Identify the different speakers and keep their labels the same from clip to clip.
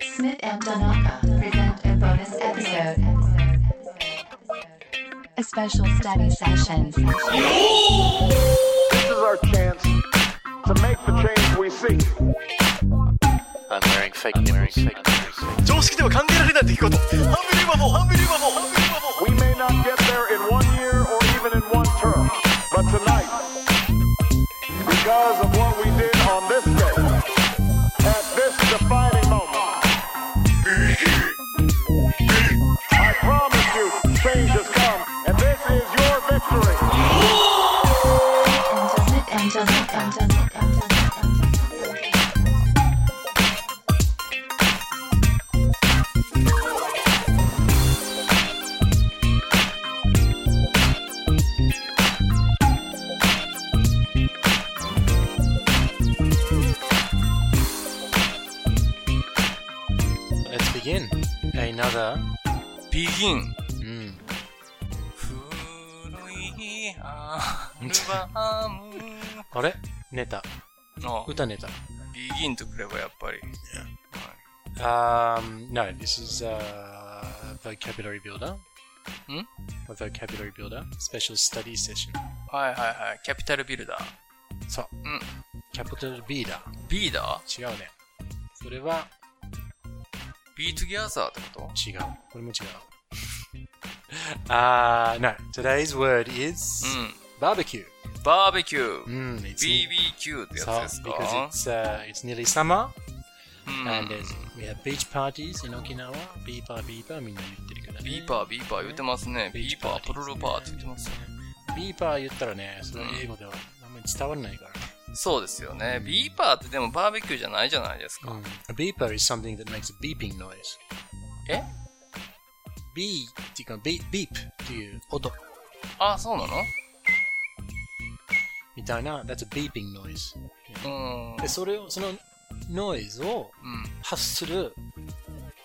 Speaker 1: Smith and Donaka present a bonus episode. A special study session.
Speaker 2: This is our chance to make the change we seek.
Speaker 3: I'm wearing fake nipples. fake
Speaker 4: 常識では考えられない出来事ハンビリーバボーハンビリーバボーハンビリーバボー
Speaker 2: We may not get there in one year or even in one term, but tonight, because of what we did on this day, at this defining moment, I promise you, change has come, and this is your victory.
Speaker 1: Smith and Donaka.
Speaker 3: Let's begin another hmm,
Speaker 5: Begin
Speaker 3: うん
Speaker 5: 古いアルバム
Speaker 3: あれ寝た
Speaker 5: の
Speaker 3: 歌寝た
Speaker 5: Begin とくればやっぱり、
Speaker 3: Um, no, this is a vocabulary builder.
Speaker 5: Hmm?
Speaker 3: A vocabulary builder special study session.
Speaker 5: はい、はいはいはいキャピタルビルダー
Speaker 3: そう。
Speaker 5: うん。
Speaker 3: キャピタルビーダ
Speaker 5: ビーダー
Speaker 3: ー。違うね。それは
Speaker 5: ビートギャザーってこと
Speaker 3: 違う。これも違う。Uh, no, today's word is
Speaker 5: う
Speaker 3: barbecue.
Speaker 5: んバーベキュー、
Speaker 3: うん、it's
Speaker 5: BBQ ってやつです
Speaker 3: So, because
Speaker 5: か
Speaker 3: it's, uh, it's nearly summer
Speaker 5: う
Speaker 3: and
Speaker 5: ん
Speaker 3: there's, we have beach parties in Okinawa. ビーパービーパーみんな言ってるからね。
Speaker 5: ビーパービーパー言ってますねビーパープロロパーって言ってますね
Speaker 3: ビーパー言ったらね、それは英語ではあんまり伝わらないから。
Speaker 5: そうですよね、ビーパーってでもバーベキューじゃないじゃないですか、
Speaker 3: A beeper is something that makes a beeping noise.
Speaker 5: え
Speaker 3: B っていうか、ビープっていう音
Speaker 5: あそうなの
Speaker 3: みたいな、that's a beeping noise.
Speaker 5: うん
Speaker 3: で、それを、そのノイズを
Speaker 5: う
Speaker 3: 発する、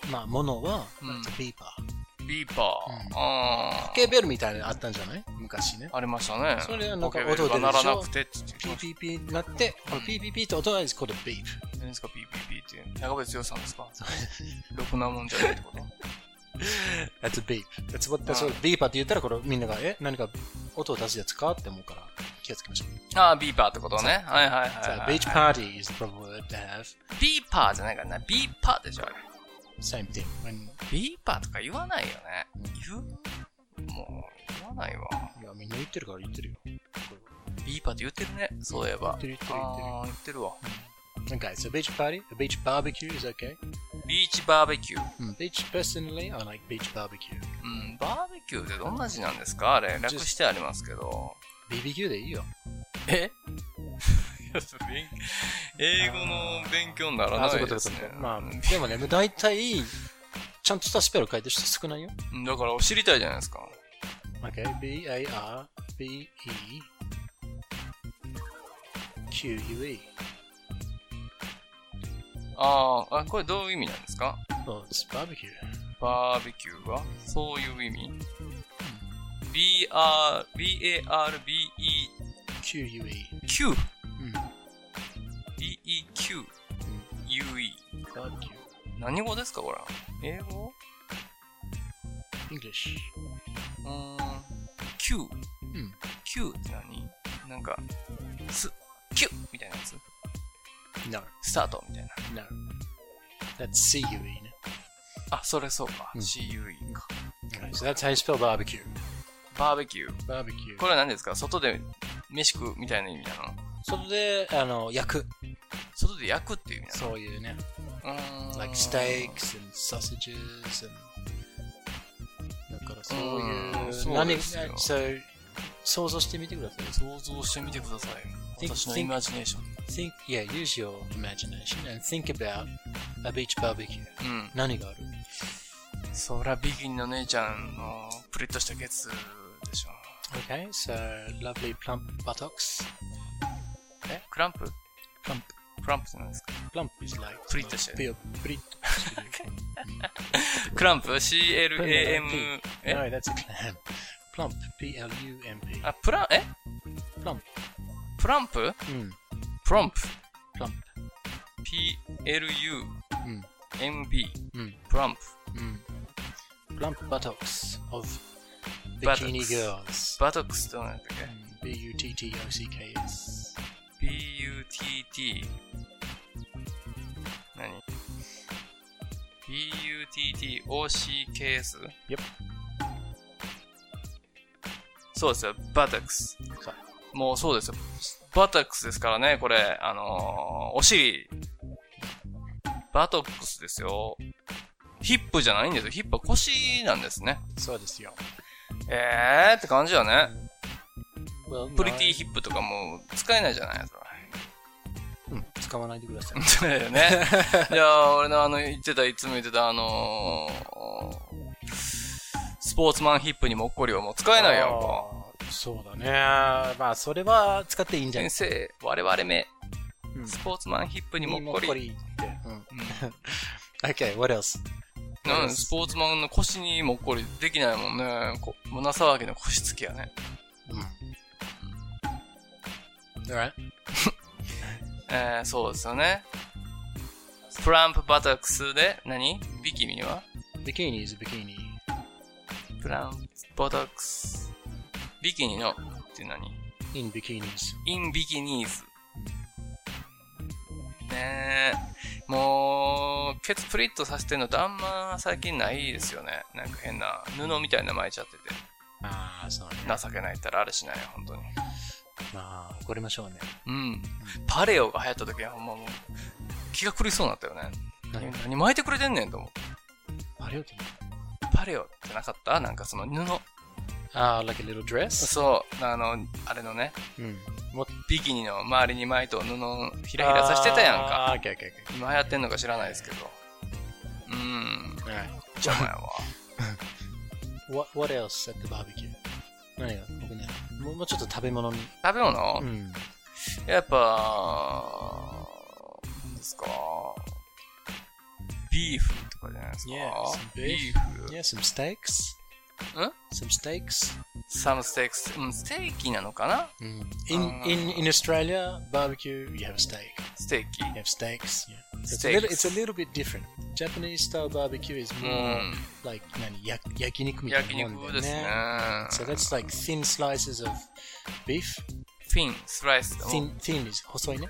Speaker 3: まあ、ものは、
Speaker 5: うん
Speaker 3: that's a beeper。
Speaker 5: んビーパー、
Speaker 3: うん
Speaker 5: あー
Speaker 3: ポケベルみたいなのあったんじゃない昔ね。
Speaker 5: ありましたね。
Speaker 3: それはなんか
Speaker 5: ポケベルが鳴らなくてって言って
Speaker 3: ピ
Speaker 5: ま
Speaker 3: ー
Speaker 5: した。
Speaker 3: ピーピーなって、このピーピーピーって音は is called a beep。
Speaker 5: 何ですか ?PPP って。長渕剛さんですかろくなもんじゃないってこと
Speaker 3: That's a beep. That's what, that's what beeper って言ったら、これみんなが、え、何か音を出すやつかって思うから、気をつけましょう。
Speaker 5: ああ、ビーパーってことね。はいはいはい
Speaker 3: So
Speaker 5: はい、
Speaker 3: beach party is the proper word to have.
Speaker 5: ビーパーじゃないからな。ビーパーでしょ。あれ
Speaker 3: Same thing. When
Speaker 5: ビーパーとか言わないよね。言うもう、言わないわ。
Speaker 3: いやみんな言ってるから言ってるよ。
Speaker 5: ビーパーって言ってるね。そういえ
Speaker 3: 言っ
Speaker 5: ば。
Speaker 3: てる言ってる言ってる
Speaker 5: あー言ってるわ。
Speaker 3: Okay, so beach party, a beach barbecue is okay.
Speaker 5: ビーチバーベキュー。
Speaker 3: Beach personally, I like beach barbecue.
Speaker 5: うん、バーベキューってどんな字なんですかあれ、略してありますけど。
Speaker 3: BBQ でいいよ。
Speaker 5: え勉英語の勉強にならない
Speaker 3: こ
Speaker 5: ですね。
Speaker 3: とまあ、でもね、大体、ちゃんとしたスペルを書いてる人少ないよ。
Speaker 5: うんだから知りたいじゃないですか。
Speaker 3: Okay, B A R B E Q U E.
Speaker 5: あーあ、これどういう意味なんですか
Speaker 3: Oh, it's barbecue.
Speaker 5: バーベキューはそういう意味 ?BR、B-A-R-B-E-Q。
Speaker 3: Q U E. Hmm, うん。
Speaker 5: B-E-Q。U-E。
Speaker 3: Barbecue.
Speaker 5: 何語ですかこれ。英語
Speaker 3: English.
Speaker 5: うーん。Q。
Speaker 3: ん
Speaker 5: Q って何なんか、す、Q! みたいなやつ
Speaker 3: No,
Speaker 5: スタートみたいな。
Speaker 3: no. That's C U E ね。
Speaker 5: あ、それそうか。
Speaker 3: うん
Speaker 5: CUE か。
Speaker 3: Alright, so that's how you spell barbecue.
Speaker 5: バーベキュー。
Speaker 3: Barbecue.
Speaker 5: これは何ですか外で飯食うみたいな意味なの
Speaker 3: 外で、あの、焼く。
Speaker 5: 外で焼くっていう意味なの
Speaker 3: そういうね。
Speaker 5: うーん
Speaker 3: like steaks and sausages and だからそう
Speaker 5: う
Speaker 3: い
Speaker 5: ーん
Speaker 3: う、
Speaker 5: そう
Speaker 3: 何
Speaker 5: ですよ
Speaker 3: uh, so 想像してみてください。
Speaker 5: 想像してみてください
Speaker 3: Think-
Speaker 5: 私の
Speaker 3: think-
Speaker 5: イマジネーショ
Speaker 3: Think, yeah, use your imagination and think about a beach barbecue.
Speaker 5: ン
Speaker 3: 何がある
Speaker 5: うんそらビギンの姉ちゃんのプリッとしたケツでしょ
Speaker 3: ?Okay, so lovely plump buttocks.
Speaker 5: えクランプ
Speaker 3: Plump,
Speaker 5: クランプって何ですか
Speaker 3: plump is like
Speaker 5: プリッとしてる
Speaker 3: ぷよプ リッとしてる。
Speaker 5: クランプ ?CLAM え
Speaker 3: No, that's a clam. Plump, P-L-U-M-P.
Speaker 5: あプランえ
Speaker 3: プランプ
Speaker 5: プランプ
Speaker 3: うん。
Speaker 5: プロンプ
Speaker 3: plump.
Speaker 5: PLU、
Speaker 3: うん。
Speaker 5: MB、
Speaker 3: うん。
Speaker 5: Plump。
Speaker 3: うん。plump buttocks of
Speaker 5: Buttocks
Speaker 3: bikini girls.
Speaker 5: バトックスって何だったっけ
Speaker 3: B-U-T-T-O-C-K-S.
Speaker 5: ?PUTT。何 ?PUTTOCKS?
Speaker 3: Yep.
Speaker 5: そうですよ、バトックス。
Speaker 3: そう
Speaker 5: もうそうですよ。バトックスですからね、これ。あのー、お尻。バトックスですよ。ヒップじゃないんですよ。ヒップは腰なんですね。
Speaker 3: そうですよ。
Speaker 5: えーって感じだね。プリティ
Speaker 3: ヒ
Speaker 5: ヒップとかもう使えないじゃないですか。
Speaker 3: うん。使わないでく ださい。
Speaker 5: そうだよ ね。いやー、俺のあの、言ってた、いつも言ってた、あのー、スポーツマンヒップにもっこりはもう使えないやんか。
Speaker 3: あーそうだね。まあ、それは使っていいんじゃな
Speaker 5: 先
Speaker 3: い
Speaker 5: 生、我々め、
Speaker 3: うん
Speaker 5: スポーツマンヒップにもっこり。
Speaker 3: って。うん。
Speaker 5: うん
Speaker 3: Okay, what else?
Speaker 5: なんでスポーツマンの腰にもっこりできないもんね。こ胸騒ぎの腰つきやね。
Speaker 3: Alright.
Speaker 5: えー、そうですよね。プランプバタックスで何、ビキニは
Speaker 3: Bikini is bikini.
Speaker 5: プランプバタックス。ビキニのって何
Speaker 3: In bikinis.
Speaker 5: in ビキニーズ。ねえ。もう、ケツプリッとさせてんのってあんま最近ないですよね。なんか変な布みたいなの巻いちゃってて。
Speaker 3: ああ、そうね。
Speaker 5: 情けないったらあれしないよ、本当に。
Speaker 3: まあ、怒りましょうね。
Speaker 5: うん。パレオが流行った時はほんまもう、気が狂いそうになったよね。
Speaker 3: 何
Speaker 5: 何何巻いてくれてんねんと思って。
Speaker 3: あれよって
Speaker 5: パレオってなかったなんかその布。
Speaker 3: ああ、like a little dress?
Speaker 5: そう、あの、あれのね、
Speaker 3: うん。もっと
Speaker 5: ビキニの周りに巻いと布をひらひらさしてたやんか。。
Speaker 3: あー、okay, okay, okay.
Speaker 5: 今流行ってんのか知らないですけど。うん。
Speaker 3: Alright.
Speaker 5: 邪魔やわ。
Speaker 3: What, what else at the barbecue? 何が僕ね、もうもうちょっと食べ物に。
Speaker 5: 食べ物、
Speaker 3: ん。
Speaker 5: やっぱ、何ですか。ビーフとかじゃないですか。
Speaker 3: Yes,
Speaker 5: ビ
Speaker 3: beef.
Speaker 5: ーフ。
Speaker 3: Yeah, some steaks.
Speaker 5: ん
Speaker 3: Some steaks.
Speaker 5: サムステークス。うん、ステーキなのかな
Speaker 3: Mm. In, in in Australia, barbecue, you have steak.
Speaker 5: ステーキ。
Speaker 3: You have steaks. Yeah. It's, a little, it's a little bit different. Japanese style barbecue is
Speaker 5: う
Speaker 3: more
Speaker 5: ん。
Speaker 3: like 何や焼肉みたい
Speaker 5: 焼
Speaker 3: なもん
Speaker 5: 肉
Speaker 3: だ
Speaker 5: で
Speaker 3: よ
Speaker 5: すね
Speaker 3: ね。。So that's like thin slices of beef.
Speaker 5: フィン、スライス。
Speaker 3: Thin, thin is 細いね。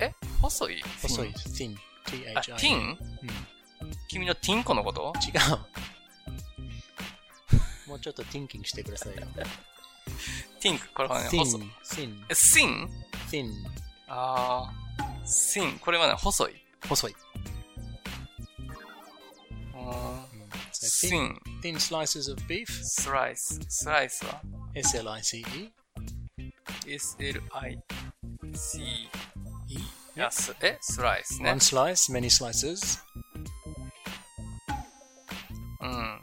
Speaker 5: え細い
Speaker 3: 細い。
Speaker 5: フィン
Speaker 3: thin. Ah,
Speaker 5: あ、テ
Speaker 3: T-H-I-N
Speaker 5: ィン
Speaker 3: うん
Speaker 5: 君のティンコのこと
Speaker 3: 違 う。もうちょっと thinking してくださいよ。
Speaker 5: ティンク、これはね、細い
Speaker 3: thin, thin,
Speaker 5: え、シン
Speaker 3: thin.
Speaker 5: あー、シン。これはね、細い。
Speaker 3: 細い。
Speaker 5: うーん
Speaker 3: それ thin,
Speaker 5: シン、
Speaker 3: thin slices of beef.
Speaker 5: スライス、スライスは
Speaker 3: S-L-I-C-E.
Speaker 5: ?SLIC。
Speaker 3: E?
Speaker 5: いやすえスライスね
Speaker 3: One。slice, many slices.
Speaker 5: うん。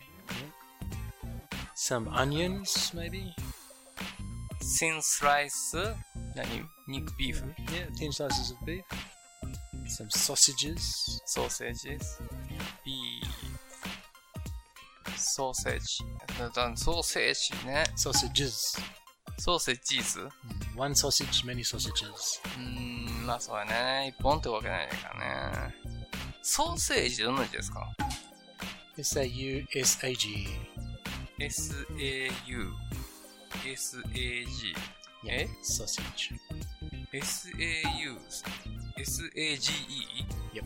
Speaker 3: Some onions, maybe.
Speaker 5: シンスライス、何肉ビーフ
Speaker 3: Yeah, thin slices of beef. Some sausages.
Speaker 5: ソーセージです。ビーフ。ソーセージ。だだソーセージね。
Speaker 3: Sausages.
Speaker 5: ソーセージーズう
Speaker 3: Mm, One sausage, many sausages.
Speaker 5: ーん、まあそうやね。一本ってわけないからね。ソーセージってどんな字ですか
Speaker 3: S-A-U-S-A-G.
Speaker 5: ?S-A-U。S-A-G。
Speaker 3: Yeah, sausage.
Speaker 5: SAU、SAGE?
Speaker 3: Yep.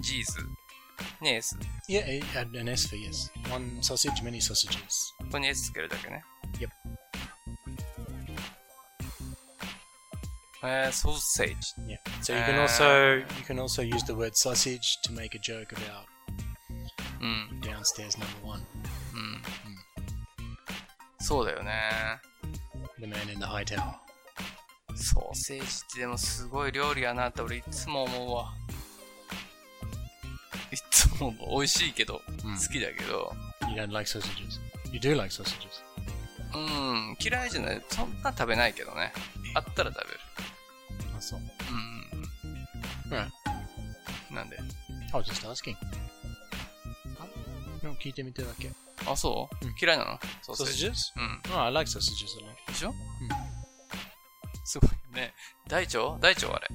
Speaker 5: ジーズ、ねえ、S。
Speaker 3: Yeah, a- and an S for yes. One sausage, many sausages.
Speaker 5: ここに S つけるだけね。
Speaker 3: Yep.
Speaker 5: えー、ソーセージ。
Speaker 3: Yeah. So you can also you can also use the word sausage to make a joke about
Speaker 5: うん、
Speaker 3: downstairs number one,
Speaker 5: うん。そうだよね。
Speaker 3: the man in the high tower.
Speaker 5: ソーセージってでもすごい料理やなって俺いつも思うわ。いつも思う美味しいけど、
Speaker 3: うん
Speaker 5: 好きだけど、
Speaker 3: You don't like sausages. You do like sausages.
Speaker 5: うん、嫌いじゃない。そんな食べないけどね。あったら食べる。
Speaker 3: I saw.
Speaker 5: うん、
Speaker 3: Right.
Speaker 5: なんで
Speaker 3: I was just asking. No, 聞いてみてだけ。
Speaker 5: あ、そう、
Speaker 3: うん
Speaker 5: 嫌いなのソーセージ。
Speaker 3: Sausages?
Speaker 5: うん。
Speaker 3: No, I like sausages a lot.
Speaker 5: でしょ、
Speaker 3: ん
Speaker 5: すごい。ね。大腸大腸あれ。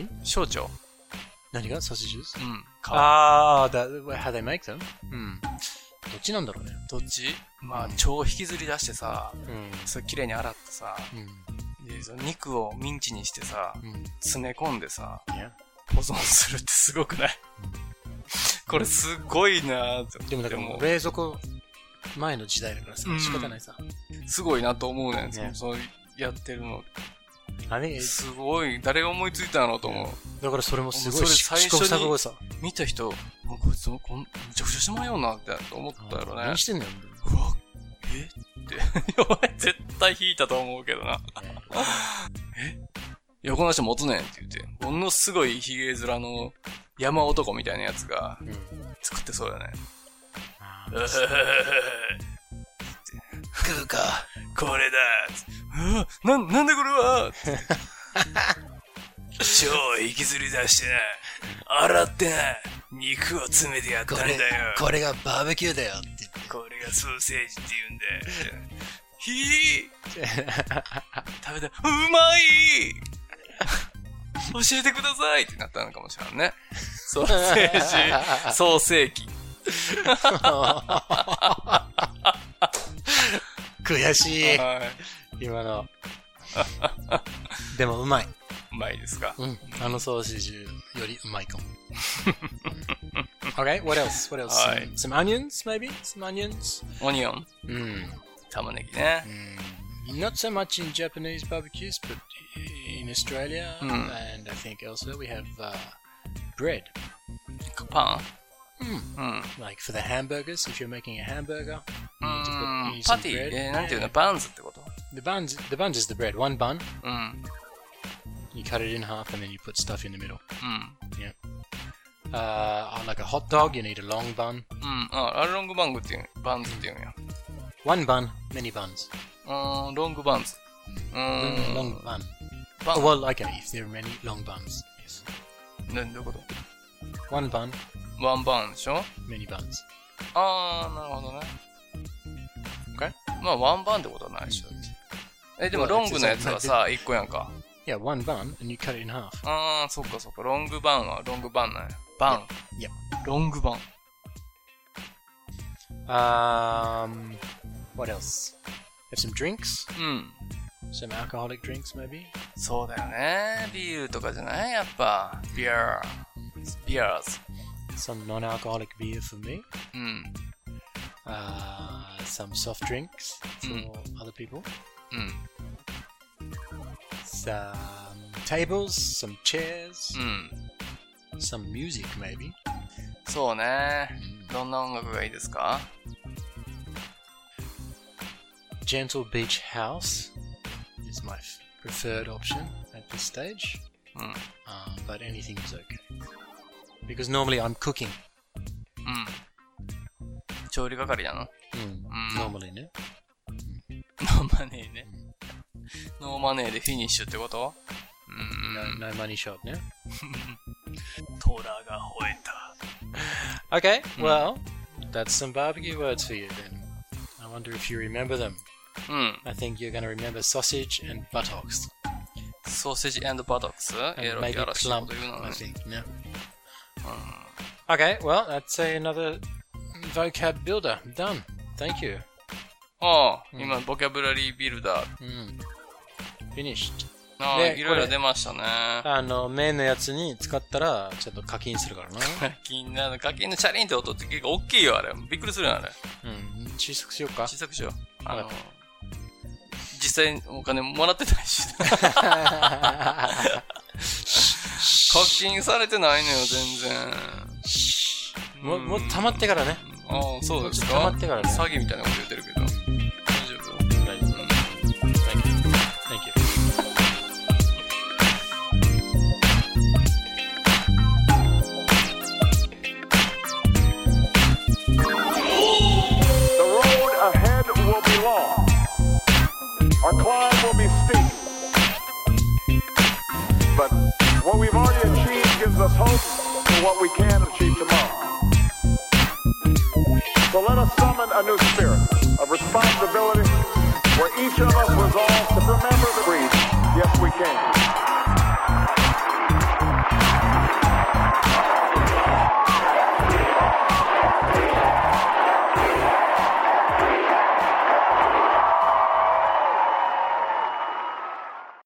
Speaker 3: はい
Speaker 5: 小腸
Speaker 3: 何がサーセージュース
Speaker 5: うん。あ
Speaker 3: ああ、だ、how they make them? うん。どっちなんだろうね。
Speaker 5: どっちまあ、腸を引きずり出してさ、
Speaker 3: うん。
Speaker 5: それ綺麗に洗ってさ、で、その肉をミンチにしてさ、
Speaker 3: うん。うん。
Speaker 5: 詰め込んでさ、
Speaker 3: Yeah
Speaker 5: 保存するってすごくないこれすごいなぁって
Speaker 3: でもだからも
Speaker 5: も
Speaker 3: う冷蔵庫前の時代だからさ
Speaker 5: う、ん
Speaker 3: 仕方ないさ。
Speaker 5: すごいなと思うねん。
Speaker 3: ね
Speaker 5: そうやってるの。
Speaker 3: あれ
Speaker 5: すごい、誰が思いついたのと思う。
Speaker 3: だからそれもすご
Speaker 5: も
Speaker 3: いう
Speaker 5: それ
Speaker 3: し試
Speaker 5: 最初
Speaker 3: 行
Speaker 5: に
Speaker 3: 錯誤でさ。
Speaker 5: 見た人、もうこいつもこん、むちゃくちゃしまうよなって思ったよね
Speaker 3: 何。してんのよ。
Speaker 5: うわ、えって。 お前絶対引いたと思うけどな。え横の人持つねんって言って。ものすごいヒゲ面の山男みたいなやつが
Speaker 3: うん。
Speaker 5: 作ってそうだ ね。
Speaker 3: あ
Speaker 5: うふふふ食うか、これだうわ、な、なんでこれは超引きずり出してな。洗ってな。肉を詰めてやったんだよ。
Speaker 3: これがバーベキューだよって
Speaker 5: これがソーセージって言うんだよ。ひー
Speaker 3: 言って。
Speaker 5: 食べたら、うまい教えてくださいってなったのかもしれんね。ソーセー ジ、ソーセーキ。
Speaker 3: 悔しい。
Speaker 5: は い
Speaker 3: 今の。でもうまい。
Speaker 5: うまいですか。
Speaker 3: うん。あのソーセージよりうまいか も。okay, what else? What else?
Speaker 5: はい
Speaker 3: Some onions, maybe? Some onions?
Speaker 5: オニオン、
Speaker 3: うん。
Speaker 5: 玉ねぎね。
Speaker 3: Not so much in Japanese barbecues, but in Australia
Speaker 5: Hmm.
Speaker 3: and I think elsewhere we have uh, bread.
Speaker 5: パ
Speaker 3: Mm.
Speaker 5: ンうん。
Speaker 3: Like for the hamburgers, if you're making a hamburger,
Speaker 5: う
Speaker 3: you need to
Speaker 5: ー
Speaker 3: put
Speaker 5: ん
Speaker 3: use
Speaker 5: パ
Speaker 3: some
Speaker 5: ティ、
Speaker 3: bread.
Speaker 5: えーなんていうのバンズってこと
Speaker 3: The buns, the buns is the bread. One bun,
Speaker 5: うん。うん。
Speaker 3: you cut it in half, and then you put stuff in the middle. Uh, on like a hot dog, you need a long bun.
Speaker 5: うん。あ、あれロングバングっていうん、バンズっていうんや。
Speaker 3: One bun, many buns.
Speaker 5: うーん、ロングバンズ。うーん。
Speaker 3: Long bun.
Speaker 5: バ
Speaker 3: Oh,
Speaker 5: ン
Speaker 3: well, okay, if there are many long buns. Yes.
Speaker 5: などういうこと
Speaker 3: One bun,
Speaker 5: ワンバンでしょ
Speaker 3: many buns.
Speaker 5: あー、なるほどね。まあ、ワンバンってことはないでしょ。え、でもロングのやつはさ、一個やんか。
Speaker 3: Yeah, one bun, and you cut it in half.
Speaker 5: あー、そっかそっか。ロングバンはロングバンなんや。バン。
Speaker 3: いや。
Speaker 5: ロングバン。
Speaker 3: Um, what else? Have some drinks,
Speaker 5: うん。
Speaker 3: some alcoholic drinks, maybe.
Speaker 5: そうだよね。ビールとかじゃないやっぱ。ビアー。ビアーズ。
Speaker 3: Some non-alcoholic beer for me.
Speaker 5: うん。
Speaker 3: Uh, some soft drinks for other people.
Speaker 5: うん。
Speaker 3: Some tables, some chairs,
Speaker 5: うん。
Speaker 3: some music, maybe.
Speaker 5: そうね。どんな音楽がいいですか
Speaker 3: Gentle Beach House is my f- preferred option at this stage.
Speaker 5: Mm.
Speaker 3: Uh, but anything is okay. Because normally I'm cooking.
Speaker 5: うん。調理係なの Mm.
Speaker 3: Normally, no?
Speaker 5: ノーマネーね。ノーマネーでフィニッシュってことう
Speaker 3: No,
Speaker 5: ん。
Speaker 3: no money shot, no?
Speaker 5: トラが吠えた。
Speaker 3: Okay, well, that's some barbecue words for you then. I wonder if you remember them.
Speaker 5: うん。
Speaker 3: I think you're going to remember sausage and buttocks.
Speaker 5: ソーセージバトックス
Speaker 3: And
Speaker 5: やろ
Speaker 3: maybe
Speaker 5: やらしいこ
Speaker 3: plum,
Speaker 5: と言うの
Speaker 3: I
Speaker 5: ね。
Speaker 3: think, no? Okay, well, that's another vocab builder. Done. Thank you.
Speaker 5: ああ、今、ボキャブラリービルダー。
Speaker 3: Mm. Finished.
Speaker 5: ああ、
Speaker 3: ね
Speaker 5: いろ
Speaker 3: こ
Speaker 5: い
Speaker 3: れ
Speaker 5: ろ出ました ね。
Speaker 3: あの、メインのやつに使ったら、ちょっと課金するからな。
Speaker 5: 課金なの、課金のチャリンって音って結構大きいよ、あれ。びっくりするよ、あれ。
Speaker 3: うん。小さくしようか
Speaker 5: 小。さくしよう。あ
Speaker 3: は
Speaker 5: の
Speaker 3: い、
Speaker 5: 実際にお金もらってないし。課金されてないのよ、全然。
Speaker 3: もう、もう溜まってからね。
Speaker 5: ああ、そうです
Speaker 3: ちょっと
Speaker 5: か
Speaker 3: 溜まってからね
Speaker 5: 詐欺みたいなこと言ってるけど。